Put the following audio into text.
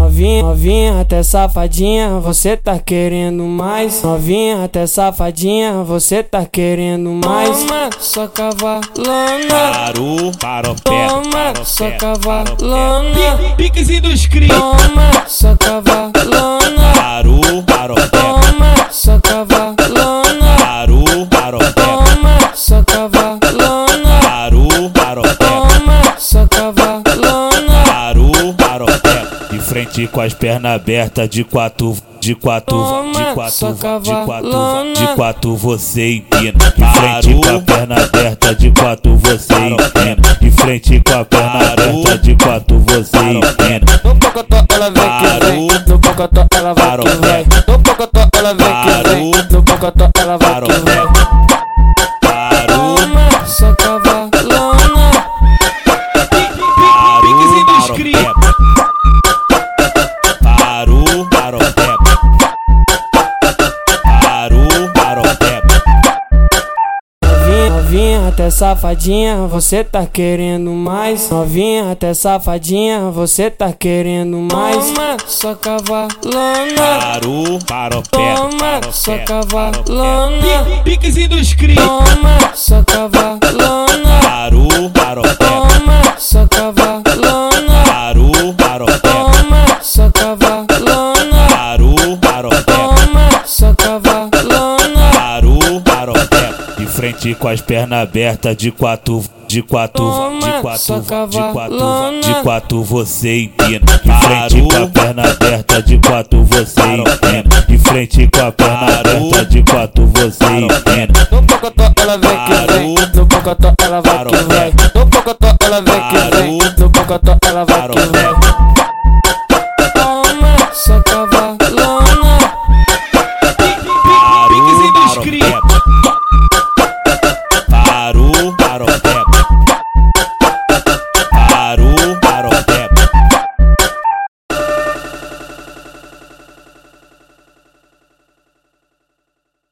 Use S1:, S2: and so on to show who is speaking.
S1: Novinha, novinha, até safadinha, você tá querendo mais. Novinha, até safadinha, você tá querendo mais. Toma, sua cavalona.
S2: Parou, parou,
S1: Toma, sua cavalona.
S3: Piquezinho dos cri.
S1: Toma, sua cavalona.
S2: Ah, Parou, parou,
S1: Toma, sua cavalona.
S2: Parou, parou,
S1: Toma, sua cavalona.
S2: Parou, parou,
S1: Toma, sua cavalona.
S2: Parou, parou, De frente com as pernas abertas, de quatro, de quatro, de quatro, de quatro, de quatro você empina. De frente com a perna aberta, de quatro você empina. De frente com a perna aberta, de quatro você empina.
S1: No pocotó ela vem que vem, no pocotó ela vai que vem, no pocotó ela vem que vem, no pocotó ela vai que vem.
S2: Parou,
S1: Toma, sua cavalona,
S3: Piquezinho dos cri.
S2: Parou, parou, Parou, parou,
S1: novinha, novinha até safadinha, você tá querendo mais. Novinha até safadinha, você tá querendo mais. Toma, sua cavalona,
S2: Parou, parou,
S1: toma, sua cavalona,
S3: Piquezinho dos cri.
S1: toma, sua cavalona,
S2: Parou, parou,
S1: toma, sua cavalona.
S2: Parou, parou,
S1: Toma, sua cavalona.
S2: Parou, parou,
S1: Toma, sua cavalona.
S2: Parou, parou, De frente com as pernas abertas, de quatro, de quatro, de quatro, de quatro, de quatro você empina. De frente com a perna aberta, de quatro você empina. De frente com a perna aberta, de quatro você empina.
S1: No pocotó ela vem que vem. No pocotó ela vai que vem. No pocotó ela vem que vem. No pocotó ela vai que